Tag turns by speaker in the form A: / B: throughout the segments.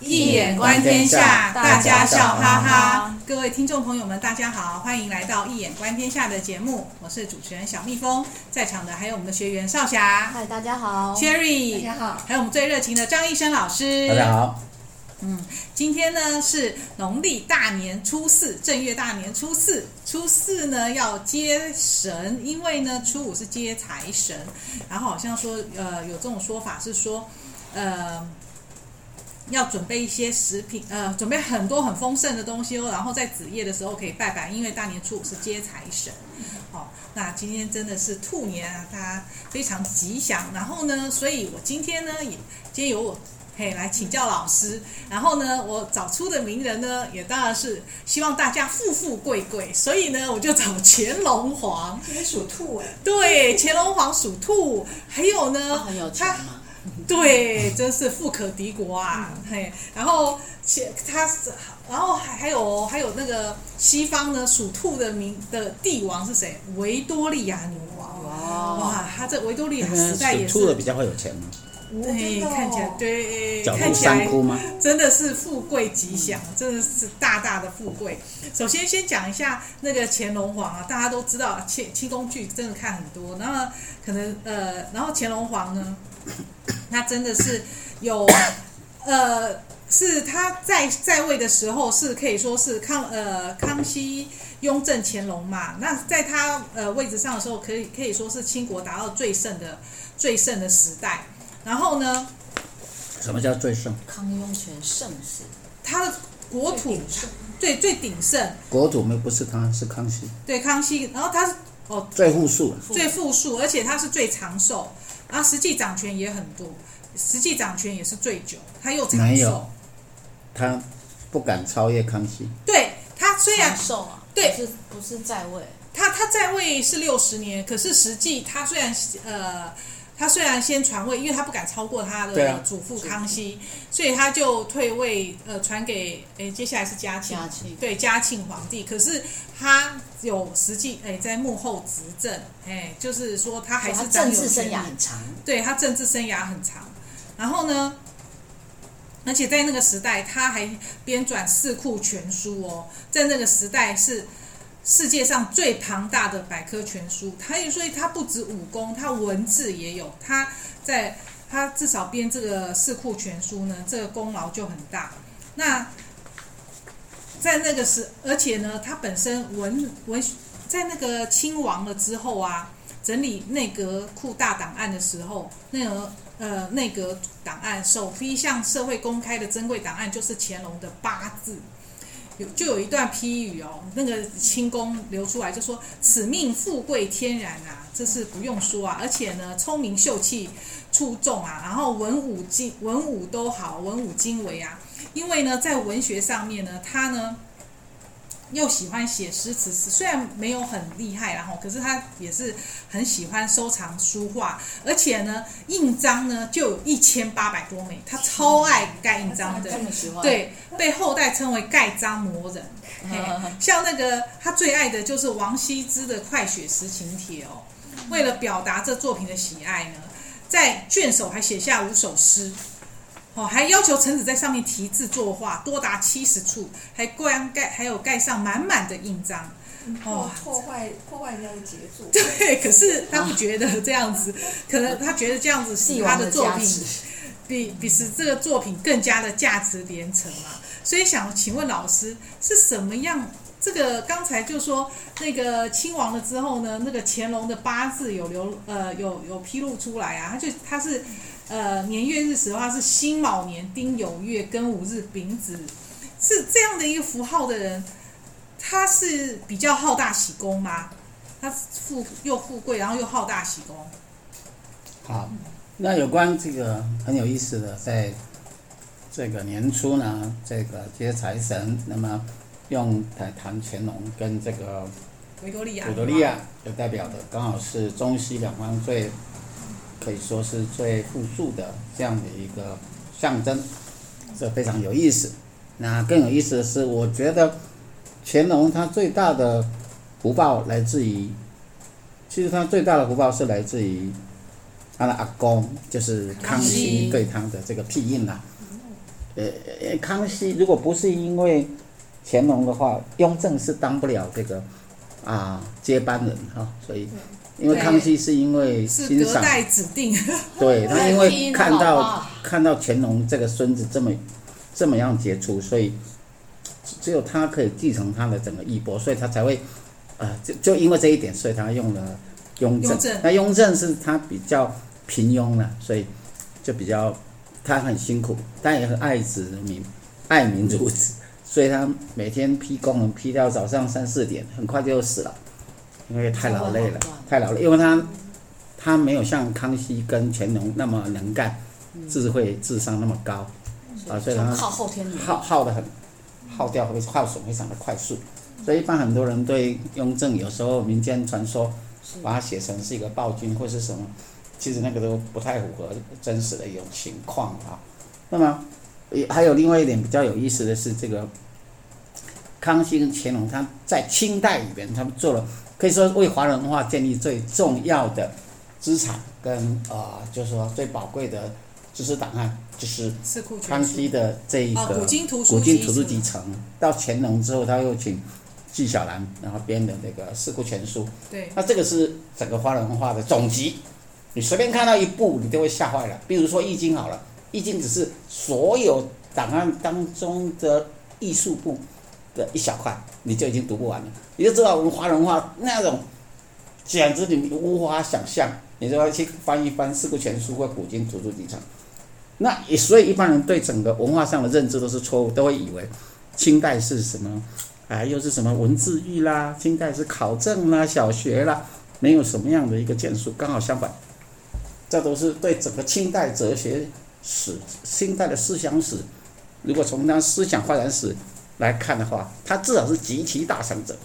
A: 一眼观天下，大家笑哈哈。各位听众朋友们，大家好，欢迎来到《一眼观天下》的节目，我是主持人小蜜蜂，在场的还有我们的学员少侠、
B: 嗨，大家好。
A: Cherry，
B: 大家好。
A: 还有我们最热情的张医生老师。
C: 大家好，
A: 今天呢是农历大年初四，正月大年初四。初四呢要接神，因为呢初五是接财神，然后好像说呃有这种说法是说，呃。要准备一些食品，呃，准备很多很丰盛的东西哦，然后在子夜的时候可以拜拜，因为大年初五是接财神。哦，那今天真的是兔年啊，大家非常吉祥。然后呢，所以我今天呢也今天由我嘿来请教老师，然后呢，我找出的名人呢，也当然是希望大家富富贵贵，所以呢，我就找乾隆皇，
B: 今天属兔哎。
A: 对，乾隆皇属兔，还有呢，
B: 他哦很有钱
A: 他
B: 吗？
A: 对，真是富可敌国啊！
B: 嗯
A: 嘿，然后且他是，然后还还有还有那个西方呢，属兔的名的帝王是谁？维多利亚女王。
B: 哇，
A: 哇，他这维多利亚
C: 那
A: 时呃代也是
C: 个哎属兔的比较会有钱吗？
A: 对，
B: 哦
A: 看起来对，
C: 角
A: 看
C: 度
A: 起来
C: 三窟吗？
A: 真的是富贵吉祥，真的是大大的富贵。首先先讲一下那个乾隆皇啊，大家都知道七七宫剧真的看很多，然后可能呃，然后乾隆皇呢，他真的是有 呃，是他在在位的时候是可以说是康呃康熙。雍正、乾隆嘛，那在他呃位置上的时候，可以可以说是清国达到最盛的最盛的时代。然后呢，
C: 什么叫最盛？
B: 康雍全盛世，
A: 他的国土最最鼎盛，
C: 国土没不是他，是康熙
A: 对康熙，然后他是
C: 最富庶啊，
A: 最富庶，而且他是最长寿，然后实际掌权也很多，实际掌权也是最久，他又长
C: 没
A: 寿
C: 有，他不敢超越康熙。
A: 对他虽然
B: 长寿啊，
A: 对
B: 不是不是在位，
A: 他他在位是六十年，可是实际他虽然呃，他虽然先传位，因为他不敢超过他
C: 对
A: 的
C: 啊
A: 祖父康熙，所以他就退位，呃，传给诶接下来是嘉庆，
B: 嘉庆
A: 对嘉庆皇帝。可是他有实际诶在幕后执政，诶，就是说他
B: 所
A: 还
B: 以
A: 是
B: 哦他
A: 占
B: 政
A: 有
B: 治生
A: 权
B: 涯
A: 力
B: 很长，
A: 对他政治生涯很长。然后呢，而且在那个时代，他还编撰《四库全书》哦，在那个时代是世界上最庞大的百科全书。他也所以他不止武功，他文字也有。他在他至少编这个《四库全书》呢，这个功劳就很大。那在那个时，而且呢，他本身文文在那个亲王了之后啊，整理内阁库大档案的时候，内阁呃内阁档案首批向社会公开的珍贵档案就是乾隆的八字。有就有一段批语哦，那个清宫流出来就说：“此命富贵天然啊，这是不用说啊，而且呢，聪明秀气出众啊，然后文武精文武都好，文武精微啊。因为呢，在文学上面呢，他呢又喜欢写诗词，虽然没有很厉害然后，可是他也是很喜欢收藏书画，而且呢，印章呢就有一千八百多枚，他超爱盖印章的
B: 这。么喜欢，
A: 对，被后代称为盖章魔人。
B: 嗯
A: 嘿像那个他最爱的就是王羲之的《快雪时晴帖》哦。
B: 嗯
A: 为了表达这作品的喜爱呢，在卷首还写下五首诗，哦，还要求臣子在上面题字作画，多达七十处，还灌盖还有盖上满满的印章。 哦
D: 破破坏破坏人家的杰作，
A: 对，可是他不觉得这样子，可能他觉得这样子
B: 帝
A: 是他
B: 王
A: 的
B: 的
A: 作
B: 价
A: 品
B: 值，
A: 比比使这个作品更加的价值连城嘛。所以想请问老师，是什么样？这个刚才就说那个亲王了之后呢，那个乾隆的八字有流呃有有披露出来啊，他就他是呃年月日时的话是辛卯年丁酉月庚午日丙子，是这样的一个符号的人，他是比较好大喜功吗？他富又富贵，然后又好大喜功，
C: 好，那有关这个很有意思的，在这个年初呢，这个接财神，那么用来谈乾隆跟这个
A: 维多利亚，
C: 古德利亚有代表的，刚好是中西两方最可以说是最富庶的这样的一个象征，这非常有意思。那更有意思的是，我觉得乾隆他最大的福报来自于，其实他最大的福报是来自于他的阿公，就是康
A: 康熙
C: 熙对他的这个庇荫啦、呃，康熙如果不是因为乾隆的话，雍正是当不了这个啊接班人哈、所以因为
A: 对
C: 康熙是因为
A: 是
C: 欣
A: 隔
C: 赏，
A: 代指定，
C: 对他因为看
B: 好
C: 到
B: 吧
C: 看到乾隆这个孙子这么这么样杰出，所以只只有他可以继承他的整个衣钵，所以他才会啊、就就因为这一点，所以他用了雍正。
A: 雍正
C: 那雍正是他比较平庸了，所以就比较他很辛苦，但也很爱子民，爱民如子，所以他每天批工人批到早上三四点，很快就死了，因为太劳
B: 太劳累
C: 累了
B: 了，
C: 太劳累，因为他他没有像康熙跟乾隆那么能干，智慧智商那么高，啊，所以他
B: 靠后天努力。
C: 耗耗的很，耗掉会耗损非常的快速，所以一般很多人对雍正有时候民间传说
B: 是
C: 把它写成是一个暴君或是什么，其实那个都不太符合真实的一种情况啊。那么也还有另外一点比较有意思的是，这个康熙跟乾隆他在清代里边，他们做了可以说为华人文化建立最重要的资产跟啊、就是说最宝贵的知识档案，就是
A: 是库全
C: 康熙
A: 书。
C: 的这一个、
A: 哦，古今图书
C: 古今图书
A: 是
C: 集
A: 吗
C: 成，到乾隆之后，他又请纪晓岚，然后编的那个《四库全书》，
A: 对，
C: 那这个是整个华人文化的总集。你随便看到一部，你都会吓坏了。比如说《易经》好了，《易经》只是所有档案当中的艺术部的一小块，你就已经读不完了，你就知道我们华人文化那种，简直你无法想象。你就要去翻一翻《四库全书》或《古今图书集成》，那也所以一般人对整个文化上的认知都是错误，都会以为清代是什么啊，又是什么文字狱啦，清代是考证啦、小学啦，没有什么样的一个建树，刚好相反，这都是对整个清代哲学史、清代的思想史，如果从他思想发展史来看的话，他至少是极其大成者。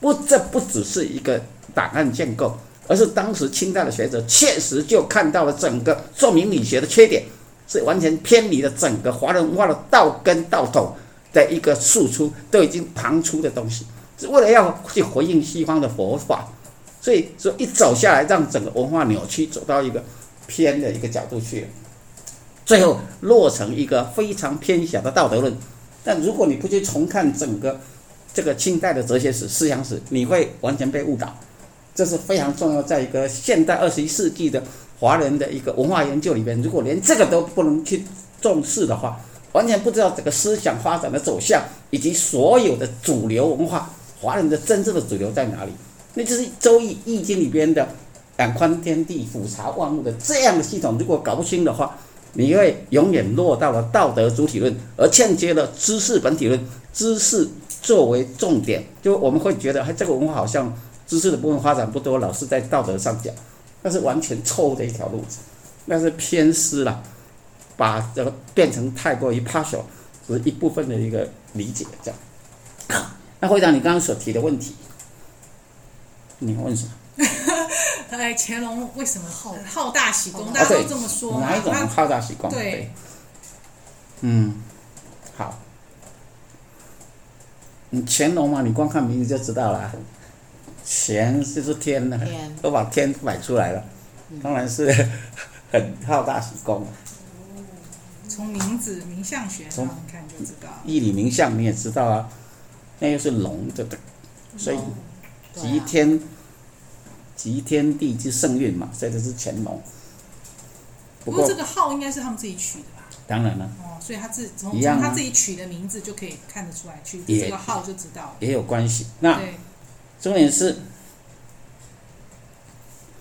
C: 不，这不只是一个档案建构，而是当时清代的学者确实就看到了整个著名理学的缺点，是完全偏离了整个华人文化的道根道统的一个输出，都已经旁出的东西，是为了要去回应西方的佛法，所以说一走下来，让整个文化扭曲，走到一个偏的一个角度去了，最后落成一个非常偏狭的道德论。但如果你不去重看整个这个清代的哲学史、思想史，你会完全被误导。这是非常重要，在一个现代二十一世纪的华人的一个文化研究里边，如果连这个都不能去重视的话，完全不知道整个思想发展的走向，以及所有的主流文化，华人的真正的主流在哪里？那就是《周易》《易经》里边的“感宽天地，俯察万物”的这样的系统，如果搞不清的话，你会永远落到了道德主体论，而欠缺了知识本体论。知识作为重点，就我们会觉得，哎，这个文化好像知识的部分发展不多，老是在道德上讲，那是完全错误的一条路子，那是偏私了，把这个变成太过于 partial，只是一部分的一个理解这样。那回答你刚刚所提的问题，你问什么？
A: 哎，乾隆为什么好
B: 好
A: 好大喜功？
B: 好
A: 大家
C: 啊
A: 都
C: 对
A: 这么说嘛
C: 哪一种
A: 他
C: 好大喜功？
A: 对
C: 对，嗯，好。你乾隆嘛，你光看名字就知道了，乾就是天呢、
B: 天
C: 都把天摆出来了，当然是很好大喜功。
A: 从名字名相学上看就知道，
C: 易理名相你也知道啊，那又是龙，对不对？所以
B: 龙对啊
C: 集天、集天地之圣运嘛，所以这是乾隆。不
A: 不
C: 过
A: 过这个号应该是他们自己取的吧？
C: 当然了，
A: 哦，所以他自从从
C: 一样啊
A: 他自己取的名字就可以看得出来，取
C: 也啊
A: 这个号就知道了。
C: 也有关系。那
A: 对，
C: 重点是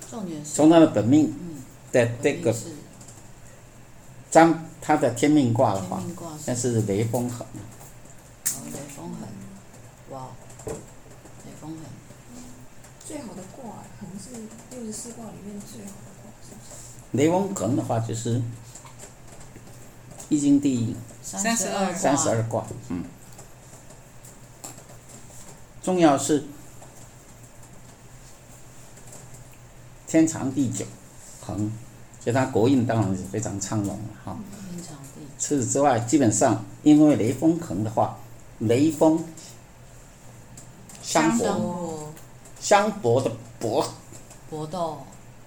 B: 重点是
C: 从他的本命
B: 嗯，
C: 的
B: 我
C: 这
B: 的意
C: 个
B: 思是
C: 占他的天命卦的
B: 天
C: 话，
B: 命卦是
C: 那是雷锋横，
B: 哦雷锋痕，哇，雷锋痕，
D: 最好的卦可能是六十四卦里面最好的卦，是不是？
C: 雷锋横的话就是《易经》第
A: 三十二
B: 二
C: 三十二卦，嗯。重要是天长地久，横，所以它国运当然是非常昌隆了哈。
B: 天长地久，
C: 除此之外，基本上因为雷锋横的话，雷锋相
A: 搏
B: 相搏
C: 搏，相搏的搏，
B: 搏斗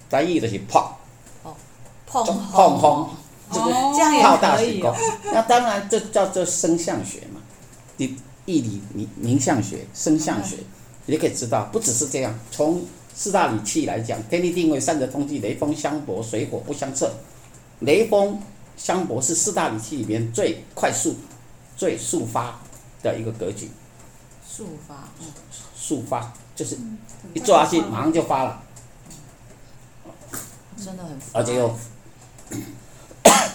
C: 翻译就是碰。
B: 碰
C: 碰
B: 轰
C: 轰，这个
A: 哦
B: 这样也
C: 浩大
B: 可
C: 虚
B: 以
C: 构
B: 哦。。
C: 那当然，这叫做声相学嘛，你义理名名相学、声相学，
B: 嗯
C: 你就可以知道，不只是这样。从四大理气来讲，天地定位、三德通气、雷风相搏、水火不相测。雷风相搏是四大理气里面最快速、最速发的一个格局。
B: 速发，嗯
C: 速发就是
D: 很
C: 一
D: 快
C: 抓下去
D: 就
C: 马上就发了，
B: 真的很发。
C: 而且又，
B: 嗯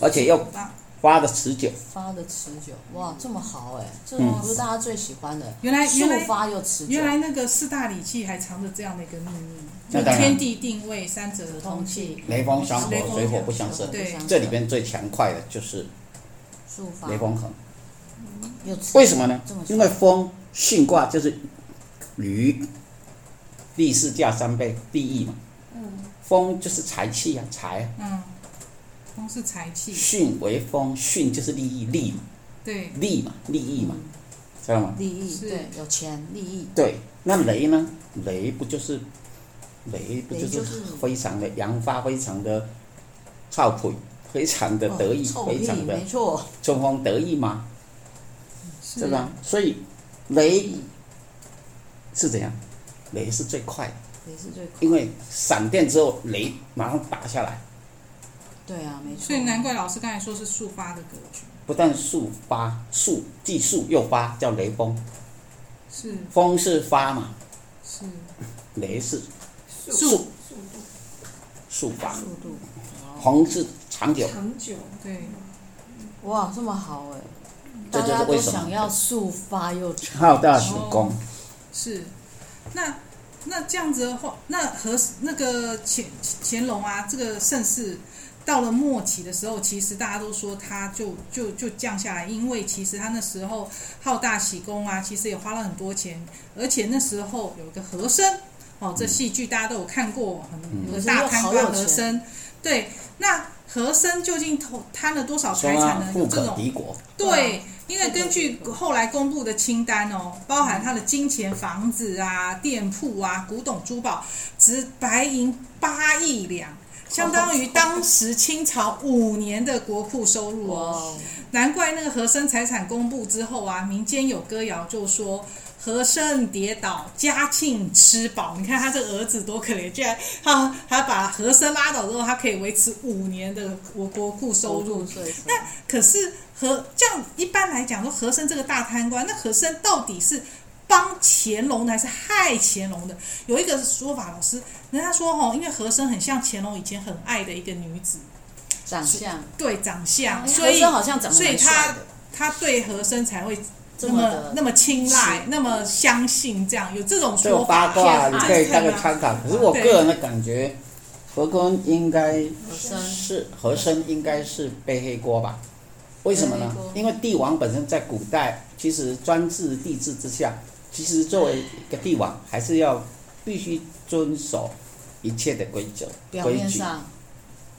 C: 而且又
A: 棒
C: 发的持久。
B: 发的持久，哇，这么好哎，这
C: 嗯
B: 不是大家最喜欢的。
A: 原来
B: 速
A: 原来
B: 发又持久
A: 原，来那个四大理气还藏着这样的一个秘密，就
C: 那当然
A: 天地定位、三者通气。
C: 雷锋相
A: 雷
C: 火，
A: 锋
C: 水火不相射。
A: 对
C: 这里边最强快的就是
B: 速发
C: 雷锋横，
B: 又持久
C: 为什么呢
B: 这么？
C: 因为风巽卦就是驴，地势价三倍，地义嘛。
D: 嗯，
C: 风就是财气啊，财啊。
A: 嗯，风是财气，
C: 巽为风，巽就是利益，利嘛，
A: 对，
C: 利嘛，利益
B: 嗯
C: 嘛，知道吗？
B: 利益，
A: 是
B: 对，有钱利益，
C: 对，那雷呢？雷不就是雷不就
B: 雷
C: 是
B: 就是
C: 非常的扬发，非常的靠谱，非常的得意，
B: 哦
C: 非
B: 臭
C: 常
B: 屁
C: 的
B: 没错，
C: 春风得意吗？
A: 是
C: 对吧？
A: 嗯
C: 所以雷是怎样？雷是最快的，
B: 也是最
C: 因为闪电之后雷马上打下来，
B: 对啊，没错。
A: 所以难怪老师刚才说是速发的格局，
C: 不但速发速，既速又发，叫雷锋。
A: 是
C: 风是发嘛，
A: 是
C: 雷是
D: 速
C: 速
D: 速度
C: 速发，
B: 速度，嗯
C: 红是长久。
D: 长久，
A: 对，
B: 哇，这么好哎，
C: 这
B: 大
C: 就是
B: 家
C: 为
B: 都
C: 什么
B: 想要速发又长，
C: 浩大属公，
A: 哦是，那那这样子的话，那和那个乾乾隆啊，这个盛世到了末期的时候，其实大家都说他就就就降下来，因为其实他那时候好大喜功啊，其实也花了很多钱，而且那时候有一个和珅哦，
C: 嗯
A: 这戏剧大家都有看过，很有个大贪官和珅，对，那和珅究竟偷贪了多少
C: 说
A: 财产
C: 他
A: 呢？有
C: 富
A: 这
C: 可
A: 种
C: 敌国，
A: 对，因为根据后来公布的清单哦，包含他的金钱、房子啊、店铺啊、古董珠宝，值白银八亿两，相当于当时清朝五年的国库收入哦。
B: 哇，
A: 难怪那个和珅财产公布之后啊，民间有歌谣就说。和珅跌倒，嘉庆吃饱。你看他这儿子多可怜，居然他他把和珅拉倒之后，他可以维持五年的我国库收入。
B: 税，
A: 可是和这样一般来讲，说和珅这个大贪官，那和珅到底是帮乾隆的还是害乾隆的？有一个说法，老师，人家说哦，因为和珅很像乾隆以前很爱的一个女子，
B: 长相，
A: 对长相，
C: 哦
B: 哎
A: 所以
B: 和珅好像长得
A: 所以
B: 蛮
A: 他
B: 帅的，
A: 他对和珅才会
B: 这
A: 那
B: 么
A: 么
B: 的
A: 那么青睐
B: 是，
A: 那么相信，这样有这种
C: 这个
A: 说
C: 八
A: 法。
C: 卦你
B: 偏爱
C: 可以大概
A: 这是
C: 参考。可是我
A: 对
C: 个人的感觉，和珅应该
B: 和珅
C: 是和珅应该是背黑锅吧？为什么呢
B: 背黑锅？
C: 因为帝王本身在古代其实专制帝制之下，其实作为一个帝王还是要必须遵守一切的规则
B: 表
C: 规
B: 面
C: 矩。
B: 上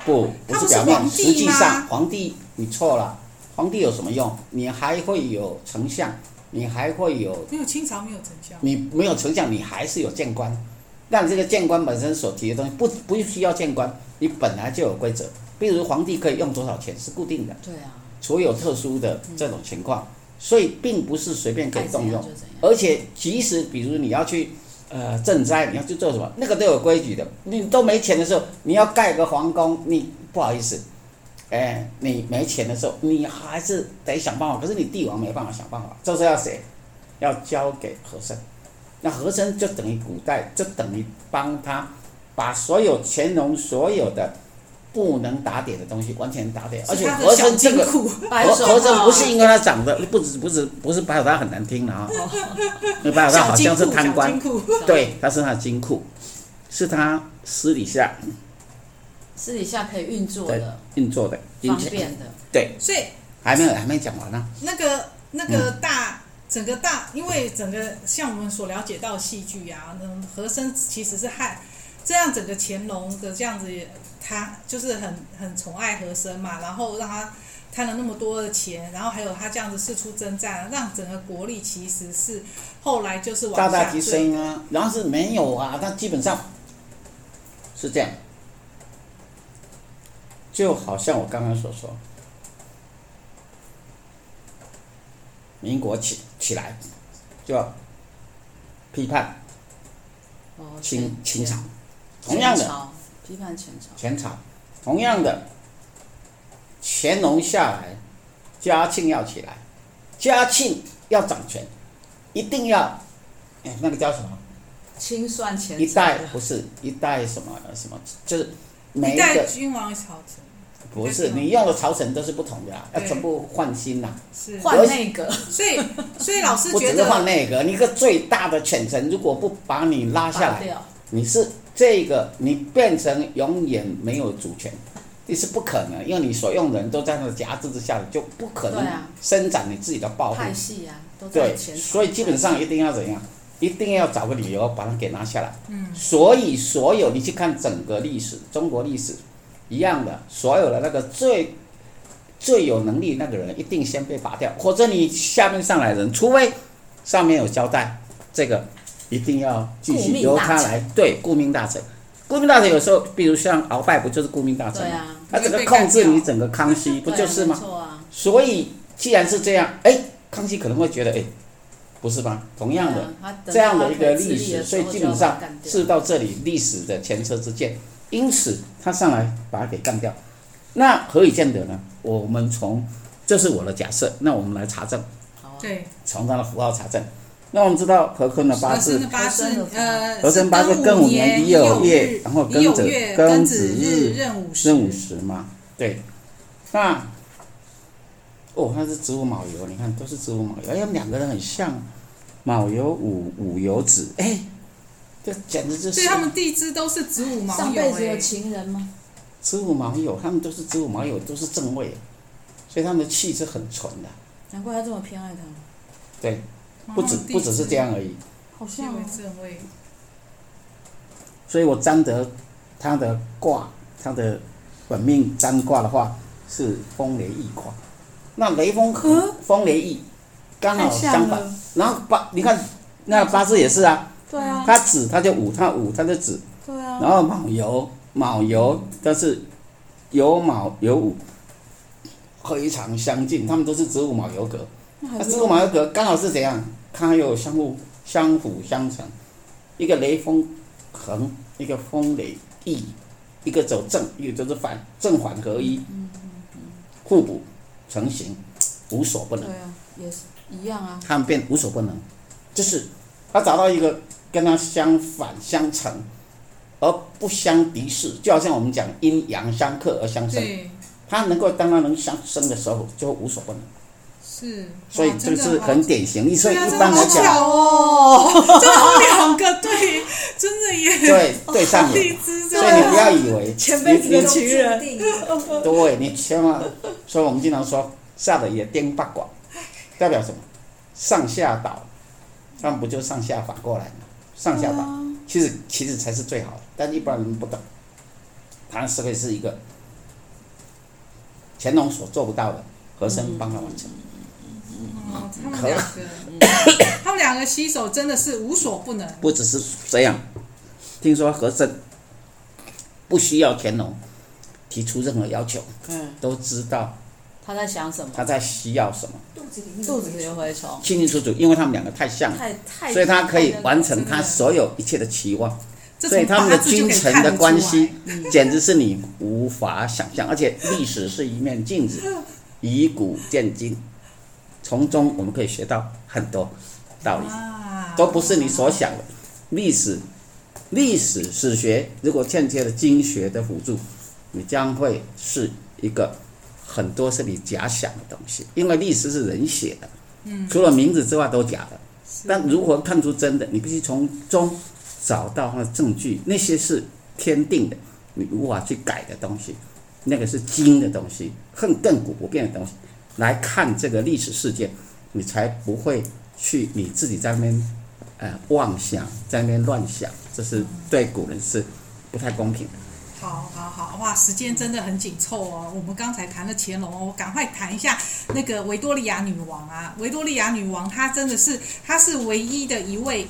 C: 不，不
A: 他
C: 是
A: 不是
C: 表面，
A: 皇帝
C: 实际上
A: 吗
C: 皇帝你错了，皇帝有什么用？你还会有丞相，你还会有
A: 没有清朝没有丞相，
C: 你没有丞相，你还是有谏官。但这个谏官本身所提的东西不不需要谏官，你本来就有规则。比如皇帝可以用多少钱是固定的，
B: 对啊，
C: 除有特殊的这种情况，所以并不是随便可以
B: 爱怎
C: 动
B: 样
C: 用
B: 就。怎样，
C: 而且即使比如你要去呃赈灾，你要去做什么，那个都有规矩的。你都没钱的时候，你要盖个皇宫，你不好意思，哎，你没钱的时候，你还是得想办法。可是你帝王没办法想办法，这是要谁？要交给和珅。那和珅就等于古代，就等于帮他把所有乾隆所有的不能打点的东西完全打点，而且
A: 是他
C: 和
A: 的小
C: 珅这
A: 金
C: 个
A: 库，
B: 白
C: 和
B: 手
C: 和珅
B: 套
C: 不是因为他长得不止不止不是白手套很难听的啊、那白手套
A: 小
C: 好
A: 金
C: 像是
A: 库，
C: 贪
A: 小金，
C: 官
A: 库，
C: 对，他是他的金库，是他私底下
B: 私底下可以运作的，
C: 运作的金
B: 方
C: 钱，
B: 便的，
C: 对，
A: 所以
C: 还没有还没讲完啊呢、
A: 那个那个
C: 嗯
A: 大、整个大，因为整个像我们所了解到的戏剧啊，那和珅其实是汉这样整个乾隆的这样子也，他就是很很宠爱和珅嘛，然后让他贪了那么多的钱，然后还有他这样子四处征战，让整个国力其实是后来就是往
C: 大
A: 下
C: 大提
A: 坠。
C: 升啊，然后是没有啊，他基本上是这样，就好像我刚刚所说，民国起起来就要批判
B: 哦，
C: 清清朝，同
B: 前
C: 样的
B: 朝批判前朝，
C: 前朝，同样的乾隆下来，嘉庆要起来，嘉庆要掌权，一定要，哎，那个叫什么？
B: 清算前
C: 一
B: 朝
C: 代
B: 的
C: 不是一代什么什么，就是每
A: 一
C: 一个
A: 代君王朝臣
C: 不是你用的朝臣都是不同的啦，要
A: 对
C: 全部换新啦。
A: 是，
B: 换内阁，
A: 所以所以老师
C: 不
A: 觉
C: 只是换
A: 得
C: 那个，你一个最大的权臣如果不把你拉下
B: 拔
C: 来，
B: 掉，
C: 你是这个你变成永远没有主权，这是不可能，因为你所用的人都在那个夹制之下，你就不可能
B: 对啊
C: 生长你自己的抱负
B: 派。系啊，都在
C: 对，
B: 前朝，
C: 所以基本上一定要怎样？一定要找个理由把它给拿下来。嗯。所以，所有你去看整个历史，中国历史一样的，所有的那个最最有能力那个人，一定先被拔掉，或者你下面上来的人，除非上面有交代，这个一定要继
B: 顾
C: 续
B: 命
C: 由
B: 大
C: 他
B: 臣
C: 来对顾命大臣。顾命大臣有时候，比如像鳌拜，不就是顾命大臣
B: 对
C: 吗？
B: 啊，
C: 他整个
A: 被干
C: 控制
A: 掉
C: 你整个康熙，不
B: 对啊
C: 就是吗
B: 没？错啊，
C: 所以既然是这样，哎，康熙可能会觉得，哎，不是吧？同样
B: 对
C: 的
B: 啊，他等到
C: 这样的一
B: 他可
C: 个
B: 自
C: 历
B: 立
C: 史，
B: 的
C: 所以
B: 时候
C: 基
B: 就要
C: 本上
B: 把它干掉
C: 是到这里历史的前车之鉴，因此他上来把它给干掉，那何以见得呢？我们从这是我的假设，那我们来查证，
B: 好啊，
A: 对，
C: 从他的符号查证。那我们知道和坤的八
A: 和
C: 字
A: 生八
B: 和
A: 字
B: 珅的
A: 呃，
C: 和珅八字
A: 是
C: 庚午年
A: 年
C: 乙酉月
A: 日
C: 然后
A: 乙
C: 庚子
A: 酉月
C: 庚
A: 庚
C: 子
A: 日
C: 日
A: 壬午时
C: 是五十嘛，对，那哦，它是植物卯油，你看都是植物卯油，哎呀，两个人很像，卯油五五油子，哎，这简直就是
A: 所以他们地支都是子午卯
B: 上
A: 酉
B: 辈子有
A: 哎，
B: 情人吗？
C: 植物卯酉，他们都是植物卯酉，都是正位，所以他们的气是很纯的，
B: 难怪他这么偏爱他，
C: 对，不止不只是这样而啊已，
B: 好
A: 哎地支
B: 像
A: 为
B: 哦
A: 正位，
C: 所以我占得他的卦，他的本命占卦的话是风雷易卦，那雷风和风雷易刚
B: 太
C: 好相
B: 像
C: 反，
B: 了，
C: 然后八你看那八字也是啊，
B: 对啊，
C: 它子它就午，它午它就子，
B: 对啊，
C: 然后卯酉卯酉它是酉卯酉午，非常相近，他们都是子午卯酉格，
B: 那还
C: 那
B: 不
C: 子午卯酉格刚好是怎样？它有相互相辅相成，一个雷风横，一个风雷翼，一个走正，一个就是反，正反合一，
B: 嗯
C: 互补成型，无所
A: 嗯
C: 不能
B: 对。啊，也是一样啊，
C: 他们便无所不能，就是他找到一个跟他相反相成，而不相敌视，就好像我们讲阴阳相克而相生。
A: 对，
C: 他能够当他能相生的时候，就无所不能，
A: 是，
C: 所以
A: 哇
C: 这
A: 哦真的
C: 是
A: 好
C: 很典型。所以
A: 对啊
C: 一
A: 真的
C: 般来
A: 好
C: 讲，
A: 巧
B: 哦，
A: 这好两个对，真的耶，
C: 对对上眼，
A: 地支
C: 所
A: 真的
C: 以你不要以为
B: 前辈子
C: 你
B: 的
C: 你
B: 情人，
D: 注定
C: 对你千万，所以我们经常说下的也颠八卦，代表什么？上下倒，那不就上下反过来吗？上下倒。其实其实才是最好的，但一般人不懂。他是会是一个乾隆所做不到的，和珅帮他完成。嗯
A: 哦，他们两个，嗯他们两个洗手真的是无所不能，
C: 不只是这样，听说和珅不需要乾隆提出任何要求，
B: 嗯，
C: 都知道
B: 他在想什么？
C: 他在需要什么，
D: 肚子里面
B: 肚子里有蛔虫，
C: 清清楚楚，因为他们两个太像了，
B: 太太，
C: 所以他可以完成
A: 太
C: 他所有一切的期望。
A: 这
C: 所以
A: 从
C: 他们
A: 八
C: 的
A: 字就
C: 君
A: 可以
C: 臣
A: 看得
C: 的
A: 出
C: 关
A: 来
C: 系，简直是你无法想象，而且历史是一面镜子，以古鉴今，从中我们可以学到很多道理，
A: 啊，
C: 都不是你所想的。历史，历史史学如果欠缺了经学的辅助，你将会是一个很多是你假想的东西，因为历史是人写的，除了名字之外都假的。但如何看出真的？你必须从中找到它的证据，那些是天定的，你无法去改的东西，那个是经的东西，更亘古不变的东西。来看这个历史事件，你才不会去你自己在那边，呃，妄想在那边乱想，这是对古人是不太公平的。
A: 好好好，哇，时间真的很紧凑哦。我们刚才谈了乾隆哦，我赶快谈一下那个维多利亚女王啊。维多利亚女王她真的是，她是唯一的一位，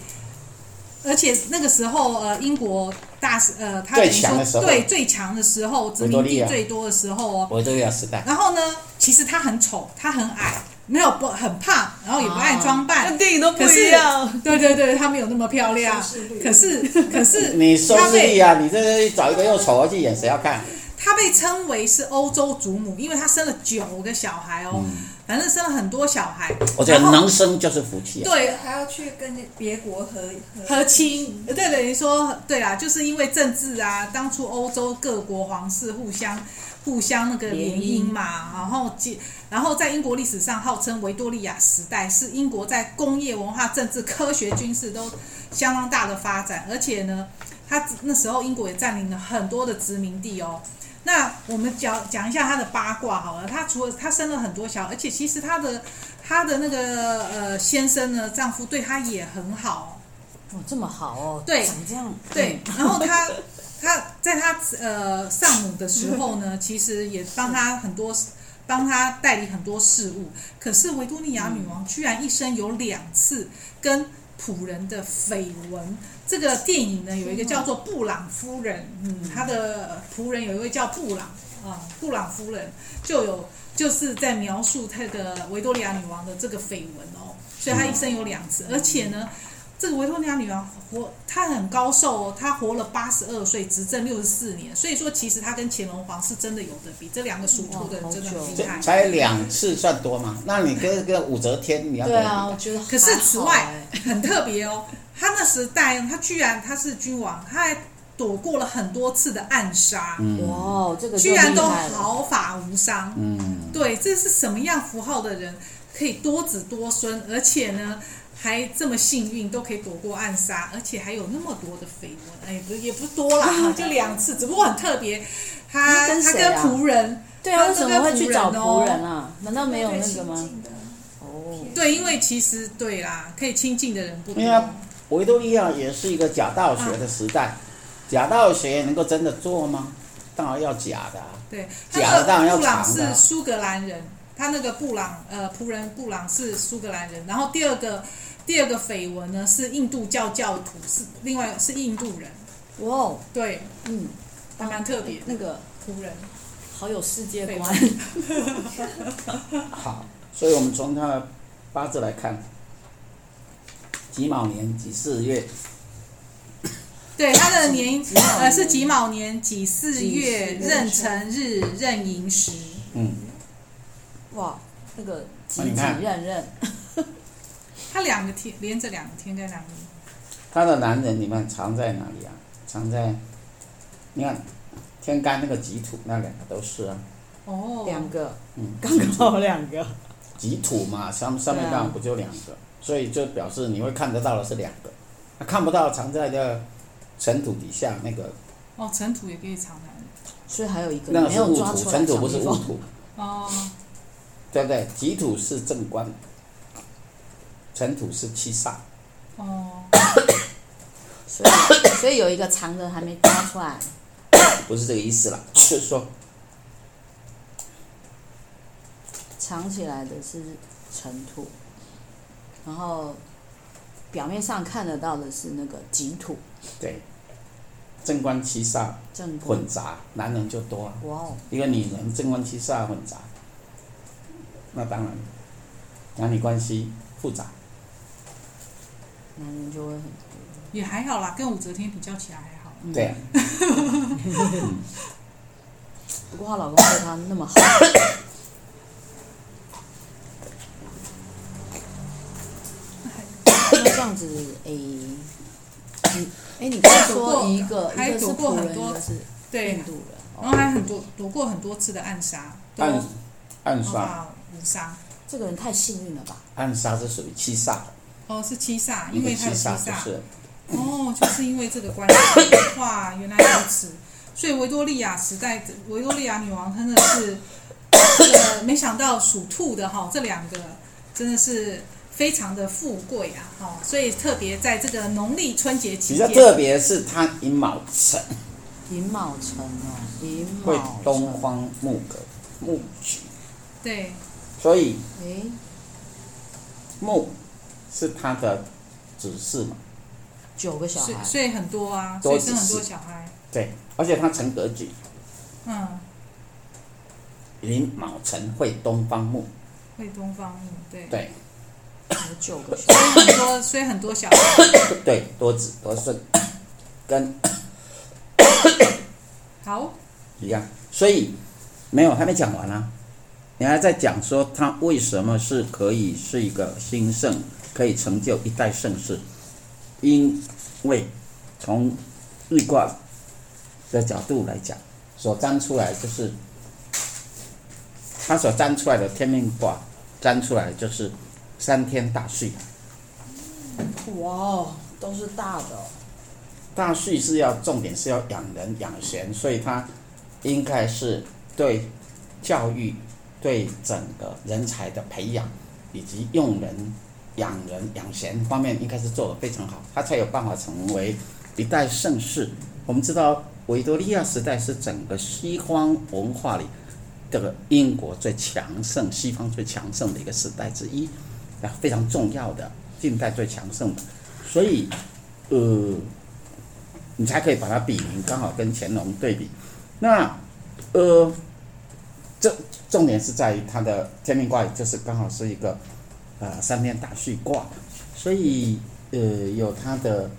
A: 而且那个时候呃，英国大时呃，他
C: 最
A: 等于
C: 强
A: 说
C: 的时候
A: 对最强的时候，殖
C: 维多
A: 民
C: 利
A: 地
C: 亚
A: 最多的时候哦。
C: 维多利亚时代，
A: 然后呢，其实他很丑，他很矮，没有不很胖，然后也不爱装扮。
B: 跟啊电影都不
A: 可是
B: 一样。
A: 对对对，他没有那么漂亮
D: 收视率。
A: 可是可是
C: 你收
A: 他
C: 视
A: 被
C: 率啊，你这找一个又丑的去演，谁要看？
A: 她被称为是欧洲祖母，因为她生了九个小孩哦，反正生了很多小孩。
C: 我觉得
A: 然后
C: 哦能生就是福气啊。
A: 对
D: 还要去跟别国和
A: 和亲，对等于说对啦，就是因为政治啊，当初欧洲各国皇室互相互相那个
B: 联
A: 联姻
B: 姻
A: 嘛，然后结，然后在英国历史上号称维多利亚时代，是英国在工业、文化、政治、科学、军事都相当大的发展，而且呢，它那时候英国也占领了很多的殖民地哦。那我们讲讲一下他的八卦好了，他除了他生了很多小孩，而且其实他的他的那个呃先生呢，丈夫对他也很好哦、
B: 哇，这么好哦，
A: 对
B: 长这样，
A: 对，然后他他在他呃丧母的时候呢，其实也帮他很多帮他代理很多事务。可是维多利亚女王居然一生有两次跟仆人的绯闻。这个电影呢，有一个叫做布朗夫人，嗯，她的仆人有一位叫布朗啊、布朗夫人就有就是在描述这个维多利亚女王的这个绯闻哦，所以她一生有两次，而且呢，这个维多利亚女王活，她很高寿哦，她活了八十二岁，执政六十四年，所以说其实她跟乾隆皇是真的有的比，这两个属兔的人真的很厉
C: 这
A: 害。
C: 才两次算多嘛？那你跟个武则天，你要
B: 对
C: 怎
B: 啊，
C: 么
B: 我觉得还好哎。哎
A: 可是此外很特别哦，他那时代他居然他是君王，他还躲过了很多次的暗杀，
B: 哇，这个就
A: 居然都
B: 厉害了
A: 毫发无伤。
C: 嗯，
A: 对，这是什么样符号的人可以多子多孙，而且呢还这么幸运，都可以躲过暗杀，而且还有那么多的绯闻，哎，不也不多 啦，就两次，只不过很特别。他
B: 那跟
A: 他
B: 谁
A: 跟
B: 啊
A: 仆人，
B: 对啊，
A: 他
B: 为什么会去找
A: 那个
B: 仆
A: 仆
B: 人
A: 人
B: 啊？难道没有那个吗？？哦，
A: 对，因为其实对啦，可以亲近的人不多。
C: 对啊维多利亚也是一个假道学的时代，假道学能够真的做吗？当然要假的、啊。
A: 对，
C: 假
A: 他
C: 的当
A: 那
C: 然
A: 个
C: 要
A: 布朗
C: 藏的啊
A: 是苏格兰人，他那个布朗呃仆人布朗是苏格兰人，然后第二个第二个绯闻呢是印度教教徒，是另外是印度人，
B: 哇哦，
A: 对，
B: 嗯，
C: 哦
A: 还蛮特别的
B: 那个
A: 仆人。
B: 好有世界
A: 对
B: 观，
C: 好，所以我们从他的八字来看，己卯年己巳月，
A: 对，他
C: 哦
A: 的年
B: 己卯
A: 呃
B: 年
A: 是己卯年己巳
B: 己
A: 月
B: 巳
A: 壬辰日壬寅时，
C: 嗯，
B: 哇，那个挤
C: 啊你
B: 挤
C: 看
B: 认认，
A: 他两个天连着两个天干两个
C: 他的男人你们藏在哪里啊？藏在，你看天干那个己土那两个都是啊，
A: 哦，
B: 两个
C: 嗯，
B: 刚刚好两个，
C: 己土嘛，上上面
B: 对啊
C: 刚好不就两个，所以就表示你会看得到的是两个，那看不到藏在的尘土底下那个，
A: 哦尘土也可以藏男人
B: 所以还有一个
C: 那个
B: 没
C: 是
B: 有
C: 戊
B: 抓
C: 土，
B: 出来。
C: 尘土不是
B: 小蜜
C: 戊
B: 蜂
C: 土，
A: 哦，
C: 对不对？己土是正官，尘土是七煞，
A: 哦，
B: 所以所以有一个藏的还没抓出来，
C: 不是这个意思啦，是说
B: 藏起来的是尘土，然后表面上看得到的是那个己土
C: 对，正官七煞
B: 正宫
C: 混杂，男人就多啊，
B: 哇哦，
C: 一个女人正官七煞混杂，那当然男女关系复杂，
B: 男人就会很
A: 也还好啦，跟武则天比较起来还好。
B: 嗯
C: 对、啊，
B: 不过她老公对她那 么好，那这样子，诶、你诶、你刚才
A: 躲
B: 说
A: 过
B: 一个
A: 还
B: 一个是
A: 躲过
B: 仆
A: 很
B: 人，一
A: 多
B: 个是
A: 对啊
B: 印，
C: 嗯
B: 度人，
A: 然后还很多躲过很多次的暗杀，哦都
C: 暗暗
A: 毫
C: 杀
A: 发无伤。
B: 这个人太幸运了吧？
C: 暗杀是属于七煞，
A: 哦，是七煞，
C: 那
A: 因
C: 个
A: 为他
C: 七
A: 有七
C: 煞就
A: 煞。
C: 是
A: 哦，就是因为这个关系。哇，原来如此。所以维多利亚时代，维多利亚女王真的是，呃，没想到属兔的哈、这两个真的是非常的富贵啊，哈、所以特别在这个农历春节期
C: 比较
A: 间，
C: 特别，是他寅卯辰
B: 寅卯辰哦，寅
C: 会
B: 卯
C: 东
B: 辰，
C: 方木格木局，
A: 对，
C: 所以
B: 诶、
C: 木是他的指示嘛，
B: 九个小
A: 所以
B: 孩，
A: 所以很多啊，所
C: 多
A: 以生很
C: 几
A: 多
C: 世
A: 小孩，
C: 对，而且它成格局，
A: 嗯，
C: 寅卯辰会东方木，
A: 会东方木，对，
C: 对
B: 有九个小
A: 所
B: 孩，
A: 以很多，所以很多小孩，
C: 对，多子多孙，跟
A: 好，
C: 一样。所以没有还没讲完啊，你还在讲说它为什么是可以是一个兴盛，可以成就一代盛世，因为从日卦的角度来讲，所占出来就是它所占出来的天命卦，占出来就是三天大序。
B: 哇哦，都是大的哦、
C: 大旭是要重点是要养人养贤，所以它应该是对教育、对整个人才的培养以及用人、养人、养贤方面，应该是做得非常好，它才有办法成为一代盛世。我们知道维多利亚时代是整个西方文化里这个英国最强盛、西方最强盛的一个时代之一，啊，非常重要的近代最强盛的，所以呃。你才可以把它比名，刚好跟乾隆对比。那呃，这重点是在于它的天命卦，就是刚好是一个呃三面大序卦，所以呃有它的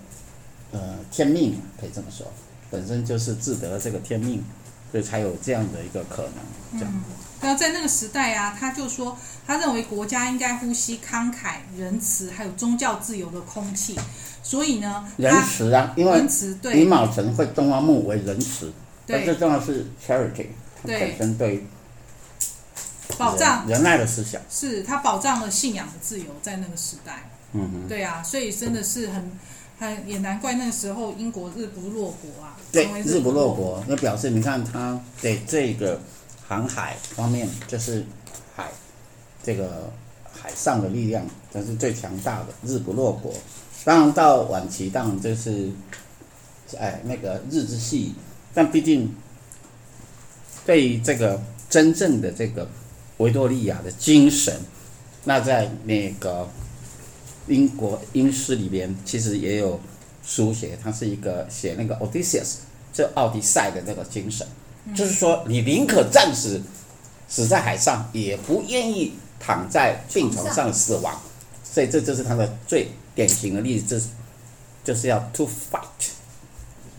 C: 呃天命，可以这么说，本身就是自得这个天命，所以才有这样的一个可能。这
A: 嗯
C: 样，
A: 那在那个时代啊，他就说，他认为国家应该呼吸慷慨、仁慈，还有宗教自由的空气，所以呢，
C: 仁
A: 他
C: 慈啊，因为
A: 仁慈对
C: 李卯辰会中央木为仁慈，但最
A: 对
C: 重要是 charity，它
A: 对
C: 本身对
A: 保障
C: 人仁爱的思想。
A: 是他保障了信仰的自由，在那个时代，
C: 嗯哼。
A: 对啊，所以真的是很很也难怪那个时候英国日不落国啊，
C: 对
A: 成为，
C: 日不
A: 落
C: 落国，那表示你看它对这个航海方面，就是海这个海上的力量，它是最强大的，日不落国。当然到晚期，当然就是哎那个日之系，但毕竟对于这个真正的这个维多利亚的精神，那在那个英国英诗里边，其实也有书写，它是一个写那个 Odysseus，就奥迪赛的那个精神，就是说你宁可战死，死在海上，也不愿意躺在病床上死亡。所以这就是他的最典型的例子，就是就是要 to fight，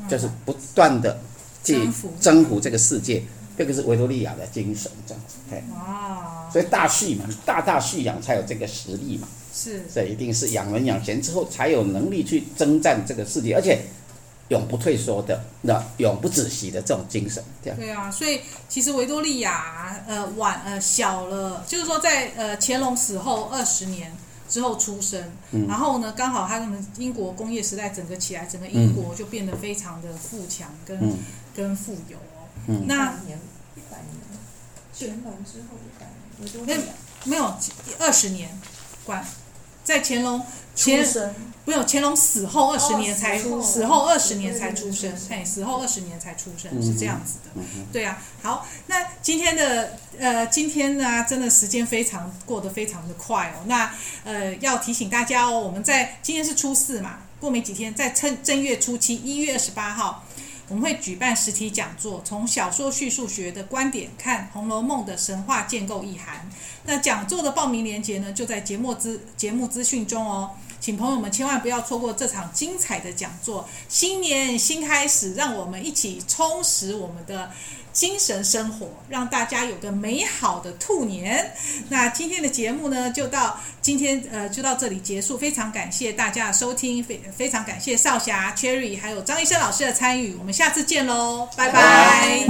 C: 就是不断的去
A: 嗯征服
C: 征服这个世界，这个是维多利亚的精神，这样子。嘿
A: 哇，
C: 所以大蓄嘛，大大蓄养才有这个实力嘛。
A: 是
C: 这一定是养人养贤之后才有能力去征战这个世界，而且永不退缩的，那永不止息的这种精神，这样
A: 对啊，所以其实维多利亚呃晚呃小了，就是说在呃乾隆死后二十年之后出生，
C: 嗯
A: 然后呢刚好他们英国工业时代整个起来，整个英国就变得非常的富强跟、
C: 嗯
A: 跟富有哦。
C: 嗯
A: 那
D: 百年一百年，乾隆之后一百年，我都
A: 那
D: 会
A: 没有二十年，管在乾隆
B: 出
A: 乾
B: 生
A: 没有乾隆死后二十
D: 哦
A: 年才、
D: 死后
A: 死后二十年才出生
D: 对对，对
A: 哎，死后二十年才出生、
C: 嗯
A: 是这样子的。对啊，好，那今天的呃，今天呢，真的时间非常过得非常的快哦。那呃，要提醒大家哦，我们在今天是初四嘛，过没几天，在正正月初七，一月二十八号，我们会举办实体讲座，从小说叙述学的观点看《红楼梦》的神话建构意涵。那讲座的报名链接呢，就在节目资节目资讯中哦。请朋友们千万不要错过这场精彩的讲座。新年新开始，让我们一起充实我们的精神生活，让大家有个美好的兔年。那今天的节目呢，就到今天呃就到这里结束。非常感谢大家的收听，非非常感谢少侠、Cherry 还有张医生老师的参与。我们下次见喽，拜拜